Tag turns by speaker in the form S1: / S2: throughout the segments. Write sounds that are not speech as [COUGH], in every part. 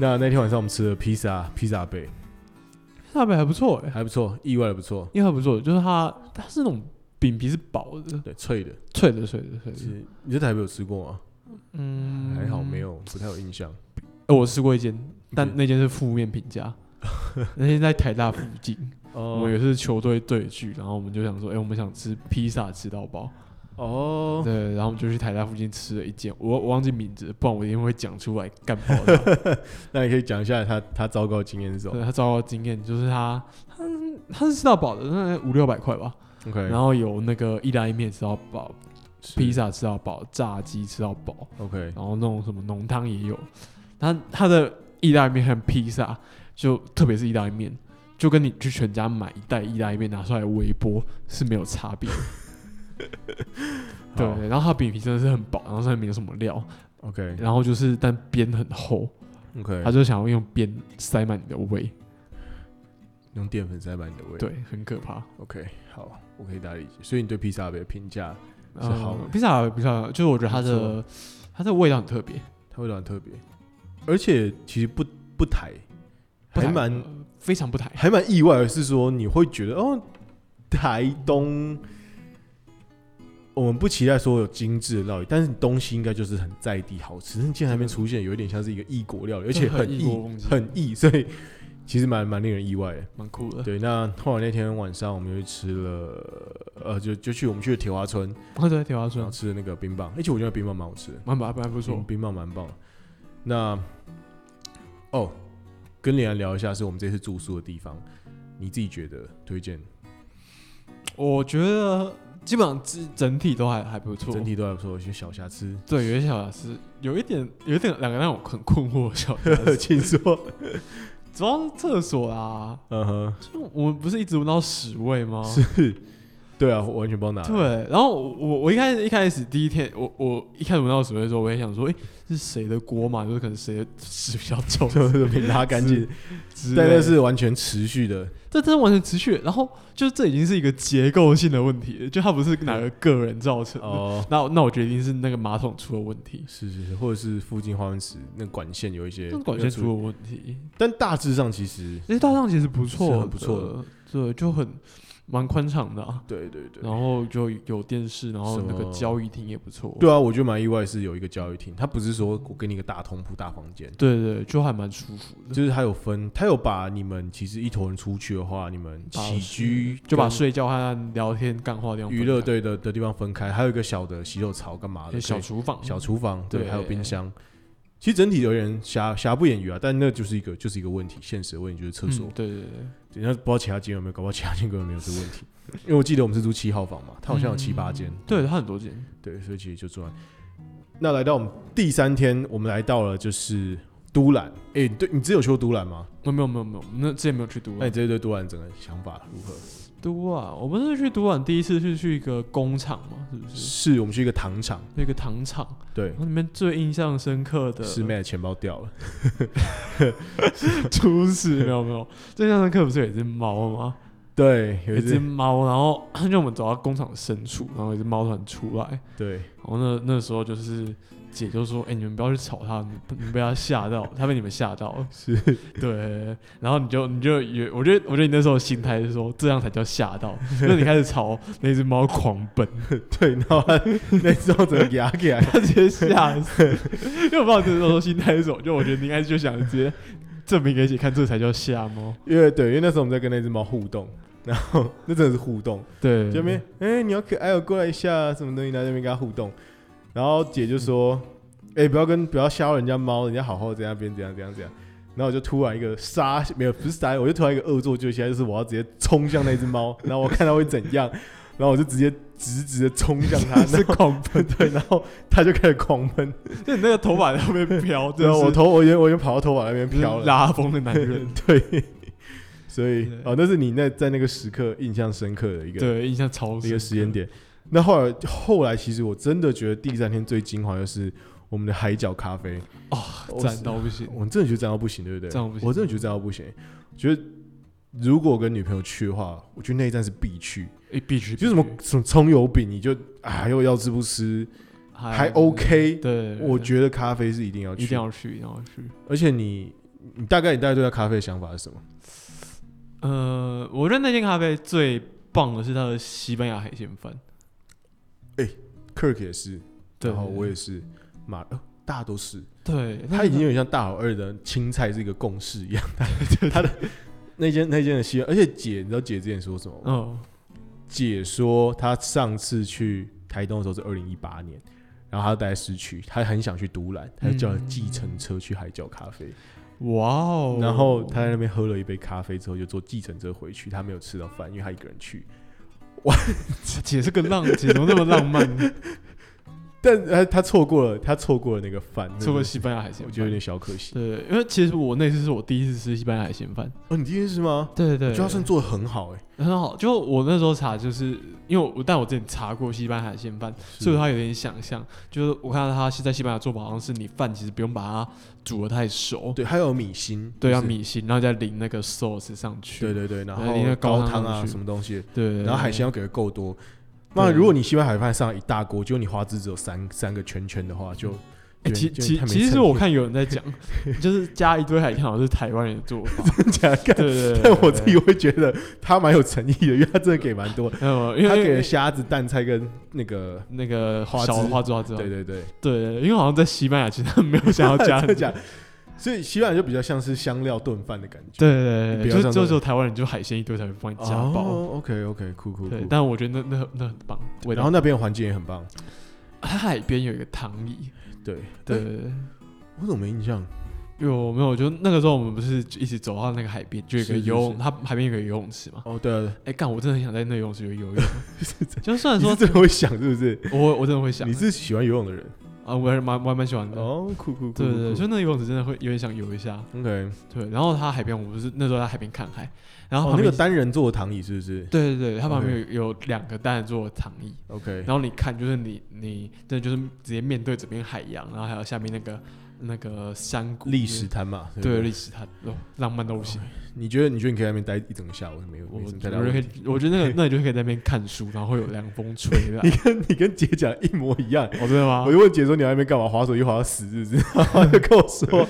S1: 那那天晚上我们吃了披萨，披萨贝
S2: 那边还不错哎、欸，
S1: 还不错，意外的不错，
S2: 因为还不错，就是它它是那种饼皮是薄的，
S1: 对，脆的。
S2: 脆的脆的脆的，
S1: 是你在台北有吃过吗？
S2: 嗯，
S1: 还好没有，不太有印象。
S2: 呃，我吃过一间，但
S1: 间
S2: 那间是负面评
S1: [LAUGHS]
S2: 价，那间在台大附近，我
S1: 哦
S2: 们也是球队对聚，然后我们就想说，哎、我们想吃披萨吃到饱，
S1: 哦，
S2: 对，然后我们就去台大附近吃了一间，我我忘记名字，不然我一定会讲出来干
S1: [LAUGHS]
S2: 爆他。
S1: [LAUGHS] 那你可以讲一下他他糟糕的经验是什么
S2: 对他糟糕的经验就是他他他是吃到饱的，那五六百块吧，
S1: ？OK，
S2: 然后有那个意大利面吃到饱，
S1: 是
S2: 披萨吃到饱，炸鸡吃到饱，
S1: OK，
S2: 然后那种什么浓汤也有。它它的意大利面和披萨，就特别是意大利面，就跟你去全家买一袋意大利面拿出来微波是没有差
S1: [LAUGHS]
S2: 别的。
S1: 好
S2: 对，然后它饼皮真的是很薄，然后上面没有什么料，
S1: OK
S2: 然后就是但边很厚，它
S1: OK，
S2: 就想要用边塞满你的胃，
S1: 用淀粉塞满你的胃。
S2: 对，很可怕。
S1: OK，好，我可以大家理解。所以你对披萨贝的评价，是好的
S2: 呃披萨披萨，就是我觉得它的它的味道很特别，
S1: 它味道很特别，而且其实不不抬，
S2: 不
S1: 还
S2: 太
S1: 蛮
S2: 呃非常不台。
S1: 还蛮意外的是说，你会觉得哦，台东，我们不期待说有精致的料理，但是东西应该就是很在地好吃。但竟然还没出现，有一点像是一个异国料理，而且
S2: [LAUGHS] 很
S1: 很
S2: 异国风
S1: 异，
S2: 情
S1: 很异，所以其实蛮蛮令人意外的。
S2: 蛮酷的，
S1: 对，那后来那天晚上我们就去吃了，呃，就就去我们去了铁花村，
S2: 哦对，铁花
S1: 然
S2: 村
S1: 后吃的那个冰棒，而且我觉得冰棒蛮好吃的，
S2: 蛮蛮蛮不
S1: 不
S2: 错，
S1: 嗯冰棒蛮棒的。那哦，跟李安聊一下，是我们这次住宿的地方，你自己觉得推荐？
S2: 我觉得基本上整整体都还还不错，
S1: 整体都还不错，有些小瑕疵。
S2: 对有一些小瑕疵，有一点有一点两个让我很困惑的小瑕
S1: [LAUGHS]
S2: 疵，
S1: 请
S2: [LAUGHS]
S1: 说。
S2: 主要是厕所啊，
S1: 嗯哼，
S2: 就我们不是一直闻到屎味吗？
S1: 是，对啊，我完全不知道哪来。
S2: 对，然后我我我一开始一开始第一天，我我一开始闻到屎味的时候，我也想说，哎、是谁的锅嘛？就是可能谁的屎比较臭
S1: 就是没拉干净，
S2: 之
S1: 但
S2: 类
S1: 那
S2: 的。
S1: 是完全持续的，
S2: 这真的完全持续，然后就是这已经是一个结构性的问题了，就它不是哪个个人造成的。
S1: 哦，
S2: 那那我觉得一定是那个马桶出了问题，
S1: 是是是，或者是附近花园池那管线有一些
S2: 那个管线出了问题。
S1: 但大致上其实，
S2: 那大象其实不错
S1: 是
S2: 的，
S1: 很不错的
S2: 对，就很蛮宽敞的、啊，
S1: 对对对，
S2: 然后就有电视，然后
S1: 什么
S2: 那个交易厅也不错，
S1: 对啊，我觉得蛮意外，是有一个教育厅，它不是说我给你一个大通铺、大房间，
S2: 对对，就还蛮舒服的。
S1: 就是它有分，它有把你们其实一坨人出去的话，你们起居
S2: 就把
S1: 跟
S2: 睡觉和聊天、干话的地方分
S1: 娱乐
S2: 开，
S1: 对的的地方分开，还有一个小的洗手槽干嘛
S2: 就
S1: 的，
S2: 小
S1: 可以
S2: 厨房，嗯
S1: 小厨房，对，
S2: 对
S1: 还有冰箱。其实整体而言瑕瑕不掩瑜啊，但那就是一个就是一个问题，现实的问题就是厕所
S2: 嗯，。对对对，
S1: 人家不知道其他间有没有，搞不好其他间根本没有这个问题。 [LAUGHS] 因为我记得我们是住七号房嘛，它好像有七八间，
S2: 嗯对它很多间，
S1: 对，所以其实就住完。那来到我们第三天，我们来到了就是都兰。哎、对你只有去过都兰吗？
S2: 没有没有没有没有，那之前没有去读
S1: 那
S2: 啊
S1: 你这对都兰整个想法如何？
S2: 读啊，我们是去读完第一次是去一个工厂嘛，是不是？
S1: 是我们去一个糖厂，
S2: 那个糖厂，
S1: 对
S2: 然，后里面最印象深刻的
S1: 师妹的钱包掉了，
S2: [LAUGHS] 出事没有没有，最印象深刻不是有一只猫吗？
S1: 对，有一
S2: 有一只
S1: 只，
S2: 猫，然后就我们走到工厂深处，然后有一只猫突然出来，
S1: 对，
S2: 然后那那时候就是姐就说：“哎、你们不要去吵它，你你们被它吓到，它被你们吓到了。”
S1: 是，
S2: 对，然后你就你就也，我觉得我觉得你那时候心态是说这样才叫吓到，就是你开始朝那只猫狂奔，
S1: 对，然后她那时候整个牙起来，
S2: 它直接吓死。 [LAUGHS] 因为我不知道你那时候心态是什么，就我觉得你应该就想直接证明给姐看，这才叫吓猫。
S1: [LAUGHS] 因为对，因为那时候我们在跟那只猫互动，然后那真的是互动，
S2: 对，
S1: 这边哎、你好可爱哦，过来一下，什么东西，然后这边跟它互动，然后姐就说，哎、不要跟不要吓到人家猫，人家好好在那边怎样怎样怎样，然后我就突然一个杀，没有不是杀，我就突然一个恶作剧，现在就是我要直接冲向那只猫，然后我看它会怎样，然后我就直接直直的冲向 [LAUGHS] 它，
S2: [LAUGHS] 是狂奔，
S1: 对，然后它就开始狂
S2: [LAUGHS]
S1: 奔，
S2: 就你那个头发在后面飘，
S1: 然
S2: 真
S1: 啊后我
S2: 的是
S1: 头我已经我已经跑到头发那边飘了，
S2: 拉风的男人。
S1: [LAUGHS] 对，所以
S2: 对
S1: 哦，那是你那在那个时刻印象深刻的一个
S2: 对，印象超
S1: 一个
S2: 深
S1: 时间
S2: 刻，
S1: 点。那后来后来，其实我真的觉得第三天最精华就是我们的海角咖啡我
S2: 哦赞
S1: 是
S2: 到不行。
S1: 哦我真的觉得这样不行，对不对？
S2: 这样不行
S1: 我真的觉得这样不行。觉得如果我跟女朋友去的话，我觉得那一站是必去，
S2: 哎，必须，
S1: 就什么什么葱油饼，你就啊又要吃不吃，
S2: 还
S1: 还 OK。
S2: 哎对，
S1: 我觉得咖啡是一定要
S2: 一
S1: 去，
S2: 定要去，一定要去。
S1: 而且你你大概你大概对他咖啡的想法是什么？
S2: 呃，我觉得那间咖啡最棒的是它的西班牙海鲜饭。
S1: Kirk 也是，
S2: 对，
S1: 然后我也是，马、呃大家都是，
S2: 对，那
S1: 他已经有点像大老二的青菜是一个共识
S2: [LAUGHS]
S1: 一样，他他的那间那间的西，而且姐，你知道姐之前说什么吗？
S2: 嗯，
S1: 姐说她上次去台东的时候是二零一八年。然后她待在市区，她很想去独揽，她就叫了计程车去海角咖啡。
S2: 哇嗯哦，
S1: 然后她在那边喝了一杯咖啡之后，就坐计程车回去。她没有吃到饭，因为她一个人去。
S2: 姐是个浪姐，怎么那么
S1: [LAUGHS]
S2: 浪漫？
S1: 但她
S2: 呃
S1: 她错过了，她错过了那个饭，
S2: 错过
S1: 那个
S2: 西班牙海鲜饭，
S1: 我觉得有点小可惜。
S2: 对，因为其实我那次是我第一次吃西班牙海鲜饭，
S1: 哦，你第一次吃吗？
S2: 对对
S1: 我
S2: 对，
S1: 觉得他算做的很好哎、
S2: 很好。就我那时候查，就是因为我但我之前查过西班牙海鲜饭，所以我它有点想象，就是我看到它是在西班牙做法，好像是你饭其实不用把它煮的太熟，
S1: 对，还有米心，
S2: 对，
S1: 就
S2: 要
S1: 是，
S2: 米心，然后再淋那个 sauce 上去，
S1: 对对对，然
S2: 淋那
S1: 后
S2: 个高
S1: 高汤
S2: 汤上
S1: 啊
S2: 去
S1: 什么东西，
S2: 对对，
S1: 然后海鲜要给的够多。那
S2: 对
S1: 如果你西班牙海饭上一大锅，结果你花枝只有三三个圈圈的话，就
S2: 欸、
S1: 有点
S2: 其
S1: 有点
S2: 其
S1: 太没
S2: 其实
S1: 诚
S2: 我
S1: 意
S2: 看有人在讲，就是加一堆海鲜，好像是台湾人的做法。
S1: [LAUGHS] 了起来看，
S2: 对对对，
S1: 但我自己会觉得他蛮有诚意的，因为他真的给蛮多，
S2: 呃，因为
S1: 他
S2: 因
S1: 给
S2: 为
S1: 了虾子、蛋菜跟那个，
S2: 那个
S1: 花
S2: 小
S1: 枝
S2: 花枝花枝，
S1: 对
S2: 对
S1: 对
S2: 啊
S1: 对，
S2: 对对，因为好像在西班牙其实他们没有想要 [LAUGHS] 加
S1: 真的假的所以西班牙就比较像是香料炖饭的感觉。
S2: 对对
S1: 你不
S2: 对对，
S1: 要这
S2: 就
S1: 样
S2: 就
S1: 做
S2: 只有台湾人就海鲜一堆才会帮你加爆。
S1: 哦，OK OK，酷酷
S2: 对
S1: 酷，。
S2: 但我觉得那那那很棒，味
S1: 然
S2: 道
S1: 后。那边的环境也很棒，
S2: 它海边有一个躺椅，
S1: 对
S2: 对
S1: 哎
S2: 对对。
S1: 我怎么没印象？
S2: 有没有？就那个时候我们不是一起走到那个海边，就有一个
S1: 是是
S2: 游泳，
S1: 是
S2: 它海边有个游泳池嘛。
S1: 哦，对啊，
S2: 哎、干，我真的很想在那游泳池里游泳。就虽然
S1: 你是
S2: 说
S1: 真的会想是不是？
S2: 我我真的会想
S1: 你是喜欢游泳的人
S2: 啊，我还是蛮蛮蛮喜欢的。
S1: 哦，酷酷酷酷，
S2: 对对对，
S1: 酷
S2: 就那个游泳池真的会有点想游一下。
S1: OK。
S2: 对，然后它海边，我不是那时候在海边看海，然后
S1: 哦，
S2: 旁
S1: 那
S2: 边、
S1: 个单人座的躺椅是不是
S2: 对对对，它旁边有有两个单人座的躺椅，
S1: ？OK，
S2: 然后你看就是你你真的就是直接面对整片海洋，然后还有下面那个那个山谷
S1: 历史摊嘛，对不
S2: 对
S1: 对。
S2: 历史它哦浪漫到不行。
S1: 你觉得你觉得你可以在那边待一整个下午，没有
S2: 我
S1: 没
S2: 我
S1: 什么太
S2: 觉
S1: 大
S2: 得
S1: 问
S2: 可
S1: 题。 [LAUGHS]
S2: 以，我觉得那个那你就可以在那边看书，然后会有凉风
S1: [LAUGHS]
S2: 吹的
S1: 你。跟你跟姐讲一模一样，
S2: 哦，真的吗
S1: 我？就问姐说你在那边干嘛？滑手机滑到死是不 [LAUGHS] 是？然后她就跟我说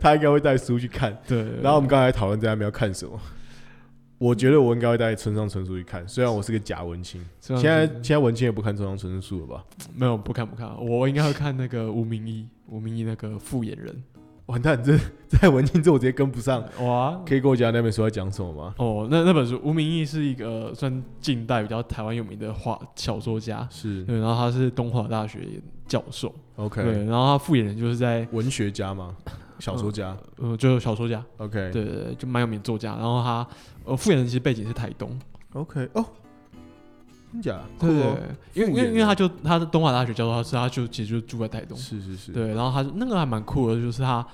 S1: 她应该会带书去看。
S2: 对，对
S1: [LAUGHS]
S2: 对
S1: 然后我们刚才讨论在那边要看什么，我觉得我应该会带村上春树去看，虽然我是个假文青，
S2: 这样
S1: 现
S2: 子
S1: 在现在文青也不看村上春树了吧？
S2: 没有不看不看，我应该会看那个吴明义，吴明义那个复眼
S1: [LAUGHS]
S2: 人。
S1: 完蛋，这在文青这我直接跟不上。
S2: 哇，
S1: 可以跟我讲那本书在讲什么吗？
S2: 哦，那那本书《无名义》是一个呃算近代比较台湾有名的画小说家，
S1: 是
S2: 对，然后他是东华大学教授，
S1: OK，
S2: 对，然后他复眼人就是在
S1: 文学家吗？小说家
S2: 呃就是小说家，
S1: ？OK，
S2: 对对对，就蛮有名的作家，然后他呃复眼人其实背景是台东，
S1: ，OK，哦，真假？
S2: 对
S1: 酷
S2: 对，
S1: 哦
S2: 对因为因
S1: 复眼
S2: 为
S1: 人
S2: 因为他就他是东华大学教授，他是他就其实就住在台东，
S1: 是是是，
S2: 对，然后他就那个还蛮酷的，就是他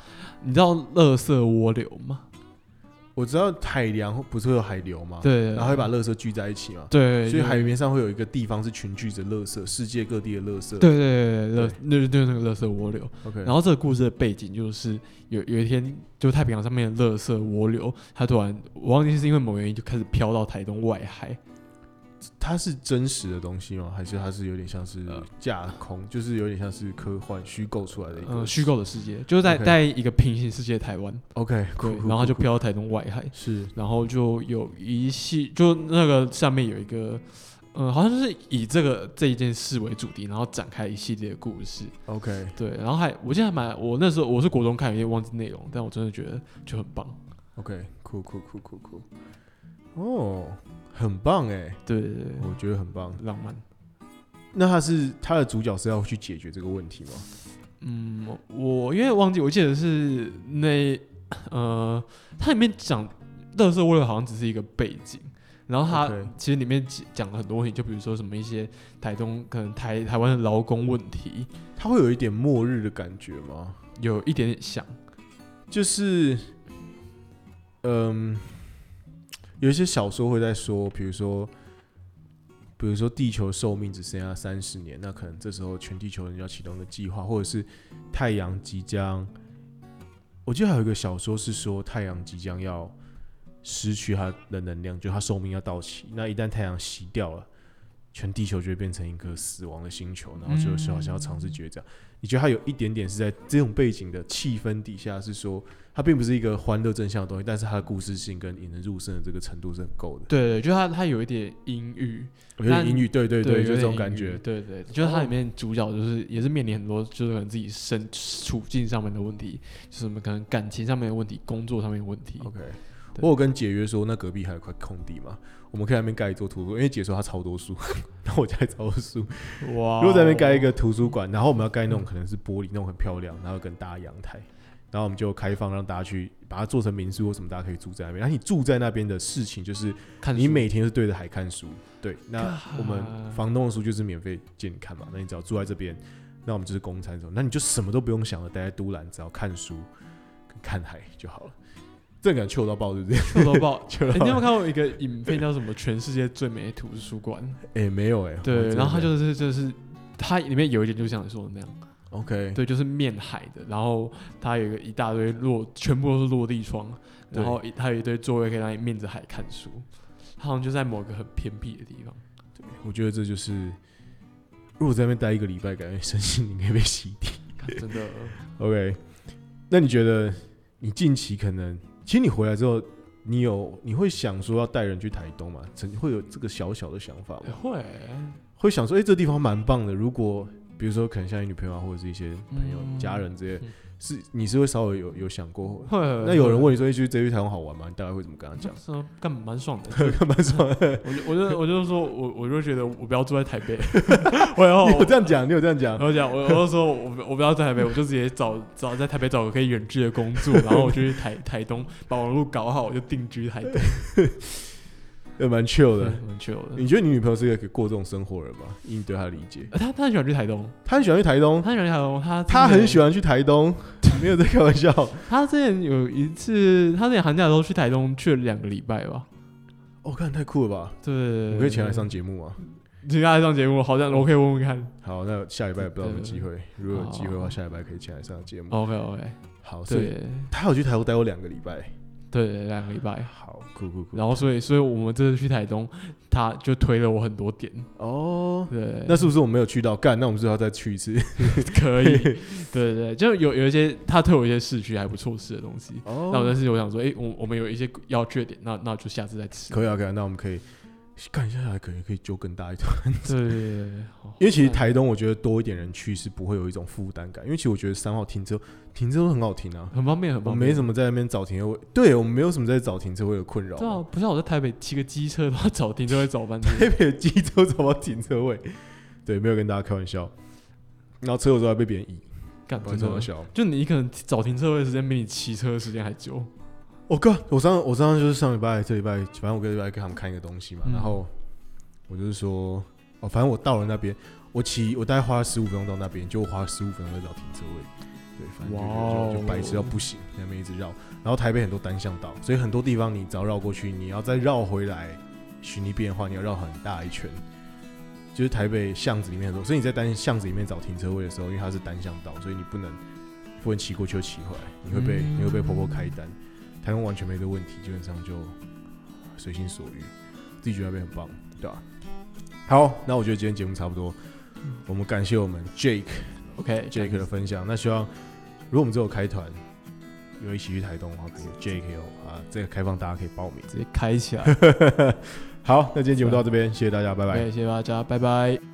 S2: 你知道乐色蜗流吗？
S1: 我知道海洋不是会有海流吗？，
S2: 对，
S1: 啊然后会把垃圾聚在一起嘛，
S2: 对，
S1: 所以
S2: 就
S1: 海面上会有一个地方是群聚着垃圾，世界各地的垃圾。
S2: 对对对对，乐那就是那个乐色蜗流。
S1: ，OK，
S2: 然后这个故事的背景就是有有一天，就太平洋上面的垃圾涡流，它突然我忘记是因为某原因就开始飘到台东外海。
S1: 它是真实的东西吗？还是它是有点像是
S2: 呃
S1: 架空，就是有点像是科幻虚构出来的一
S2: 嗯，
S1: 个
S2: 虚构的世界就是在
S1: OK
S2: 在一个平行世界的台湾，
S1: ？OK，
S2: 对
S1: 酷，酷
S2: 然后它就
S1: 酷酷
S2: 飘到台东外海，
S1: 是
S2: 然后就有一系就那个上面有一个，嗯，好像就是以这个这一件事为主题，然后展开一系列的故事。
S1: OK，
S2: 对，然后还我记得还蛮，我那时候我是国中看，有点忘记内容，但我真的觉得就很棒。
S1: OK，酷酷酷酷酷，哦，很棒哎，
S2: 对对对，
S1: 我觉得很棒。
S2: 浪漫。
S1: 那他是他的主角是要去解决这个问题吗？
S2: 嗯，我因为忘记，我记得是那呃，它里面讲乐色为了好像只是一个背景，然后它
S1: OK
S2: 其实里面讲讲了很多问题，就比如说什么一些台东可能台台湾的劳工问题，
S1: 他会有一点末日的感觉吗？
S2: 有一点点像，
S1: 就是，嗯，有一些小说会在说，比如说，比如说地球寿命只剩下三十年，那可能这时候全地球人要启动一个计划，或者是太阳即将，我记得还有一个小说是说太阳即将要失去它的能量，就它寿命要到期。那一旦太阳熄掉了，全地球就会变成一个死亡的星球，然后就是好像要尝试觉这样。你觉得它有一点点是在这种背景的气氛底下，是说它并不是一个欢乐正向的东西，但是它的故事性跟引人入胜的这个程度是很够的。
S2: 对对，就他他有一点阴郁，
S1: 有点
S2: 但
S1: 英语，对对对，
S2: 有
S1: 就这
S2: 点
S1: 种感
S2: 阴郁
S1: 觉。哦
S2: 对对，就是它里面主角就是也是面临很多就是可能自己身处境上面的问题，就是什么可能感情上面的问题，工作上面的问题。
S1: OK，
S2: 对
S1: 我有跟解约说，那隔壁还有块空地嘛，我们可以在那边盖一座图书，因为解说他超多书， [LAUGHS] 然后我家也超多书，
S2: 哇哦
S1: 如果在那边盖一个图书馆，然后我们要盖那种可能是玻璃那种很漂亮，然后跟大阳台，然后我们就开放让大家去把它做成民宿或什么，大家可以住在那边。然后你住在那边的事情就是
S2: 看
S1: 你
S2: 书
S1: 每天都是对着海看书，对，那
S2: God
S1: 我
S2: [LAUGHS]
S1: 们
S2: 啊
S1: 房东的书就是免费借你看嘛，那你只要住在这边，那我们就是公餐什么，那你就什么都不用想了，待在都兰只要看书跟看海就好了。这感觉臭到爆，对不 [LAUGHS] 对？
S2: 臭豆包
S1: 臭到
S2: 欸你有没有看过一个影片叫什么《全世界最美的图书馆》？
S1: [LAUGHS] 哎、没有哎、我
S2: 对，
S1: 真的
S2: 然后它
S1: 没有
S2: 就是就是它里面有一点就像你说的那样，
S1: OK，
S2: 对，就是面海的，然后它有一个一大堆落，全部都是落地窗，
S1: 对
S2: 然后一它有一堆座位可以让你面着海看书，它好像就在某个很偏僻的地方。
S1: 我觉得这就是，如果在那边待一个礼拜，感觉身心灵可以被洗涤。
S2: 看真
S1: [LAUGHS]
S2: 的，
S1: OK，那你觉得你近期可能，其实你回来之后，你有你会想说要带人去台东吗？曾会有这个小小的想法
S2: 欸
S1: 吗？
S2: 会
S1: 会想说，哎、这地方蛮棒的。如果比如说可能像你女朋友啊，或者是一些朋友、
S2: 嗯
S1: 家人之类的
S2: 嗯，
S1: 是你是会稍微有有想过。
S2: 会。
S1: 那有人问你说，哎、去这去台东好玩吗？你大概会怎么跟他
S2: [LAUGHS]
S1: 讲？ [LAUGHS]
S2: 什么干蛮爽的，
S1: 蛮爽的，
S2: 我就我就我就说我我就觉得我不要住在台北， [LAUGHS] 我以后
S1: 你有这样讲，你有这样讲
S2: 然。后讲，我我就说我不我不要在台北，我就直接找找在台北找个可以远距的工作，然后我就去台台东把网络搞好，我就定居台东。嗯
S1: 也呃蛮
S2: [LAUGHS]
S1: chill 的。
S2: 很 chill 的。
S1: 你觉得你女朋友是一个可以过这种生活的人吗？以你对她的理解，
S2: 他他很喜欢去台东，
S1: 她很喜欢去台东，
S2: 他很喜欢去台东，他
S1: 她很喜
S2: 欢。
S1: 欢去台东， [LAUGHS] 没有在开玩笑。
S2: 他之前有一次，他之前寒假的时候去台东去了两个礼拜吧。
S1: 哦，看太酷了吧！
S2: 对，
S1: 我可以请她来上节目吗？
S2: 请他来上节目，好像我可以问问看。
S1: 好，那下礼拜不知道有没有机会，如果有机会的话，
S2: 好
S1: 下礼拜可以请她来上节目。
S2: OK OK，
S1: 好，所以
S2: 哦对
S1: 她有去台东待过两个礼拜，
S2: 对，两个礼拜。
S1: 好酷酷酷。
S2: 然后所以所以我们这次去台东，他就推了我很多点。
S1: 哦，
S2: 对，
S1: 那是不是我没有去到？干，那我们是不是要再去一次？
S2: [LAUGHS] 可以，对对对，就有有一些他推我一些市区还不错吃的东西。
S1: [LAUGHS] 哦
S2: 那我但是我想说，哎、我我们有一些要去的点，那那就下次再吃。
S1: 可以啊，可以啊，那我们可以干一下来，可以可以揪更大一点。
S2: 对对对对，好
S1: 因为其实台东，我觉得多一点人去是不会有一种负担感。因为其实我觉得三号停车停车都很好停啊，
S2: 很方便，很
S1: 我
S2: 方便。
S1: 没什么在那边找停车位，对我们没有什么在找停车位的困扰
S2: 对啊，
S1: 嘛。
S2: 不像我在台北骑个机车都要找停车位找半天。
S1: [LAUGHS] 台北的机车找不到停车位，对，没有跟大家开玩笑。然后车有时候还被别人移， [LAUGHS]
S2: 干
S1: 不
S2: 真
S1: 然超好啊
S2: 的，
S1: 笑。
S2: 就你可能找停车位的时间比你骑车的时间还久。哦
S1: 我哥，我上我上就是上礼拜这礼拜，反正我跟礼拜给他们看一个东西嘛，
S2: 嗯
S1: 然后我就是说，哦，反正我到了那边，我骑我大概花了十五分钟到那边，就花了十五分钟在找停车位。对，反正就觉
S2: 哇
S1: 得
S2: 哦
S1: 就就白痴到不行，在那边一直绕。然后台北很多单向道，所以很多地方你只要绕过去，你要再绕回来寻一遍的话，你要绕很大一圈。就是台北巷子里面很多，所以你在单巷子里面找停车位的时候，因为它是单向道，所以你不能不能骑过去又骑回来，你会被、
S2: 嗯
S1: 你会被婆婆开单。台湾完全没这个问题，基本上就随心所欲，自己觉得那边很棒，对吧、好，那我觉得今天节目差不多，我们感谢我们 Jake
S2: OK，
S1: Jake 的分享。那希望如果我们之后开团有一起去台东的话，可以 Jake 有啊，这个开放大家可以报名。
S2: 直接开起来。
S1: [LAUGHS] 好，那今天节目到这边，谢谢大家，拜拜。
S2: OK，谢谢大家，拜拜。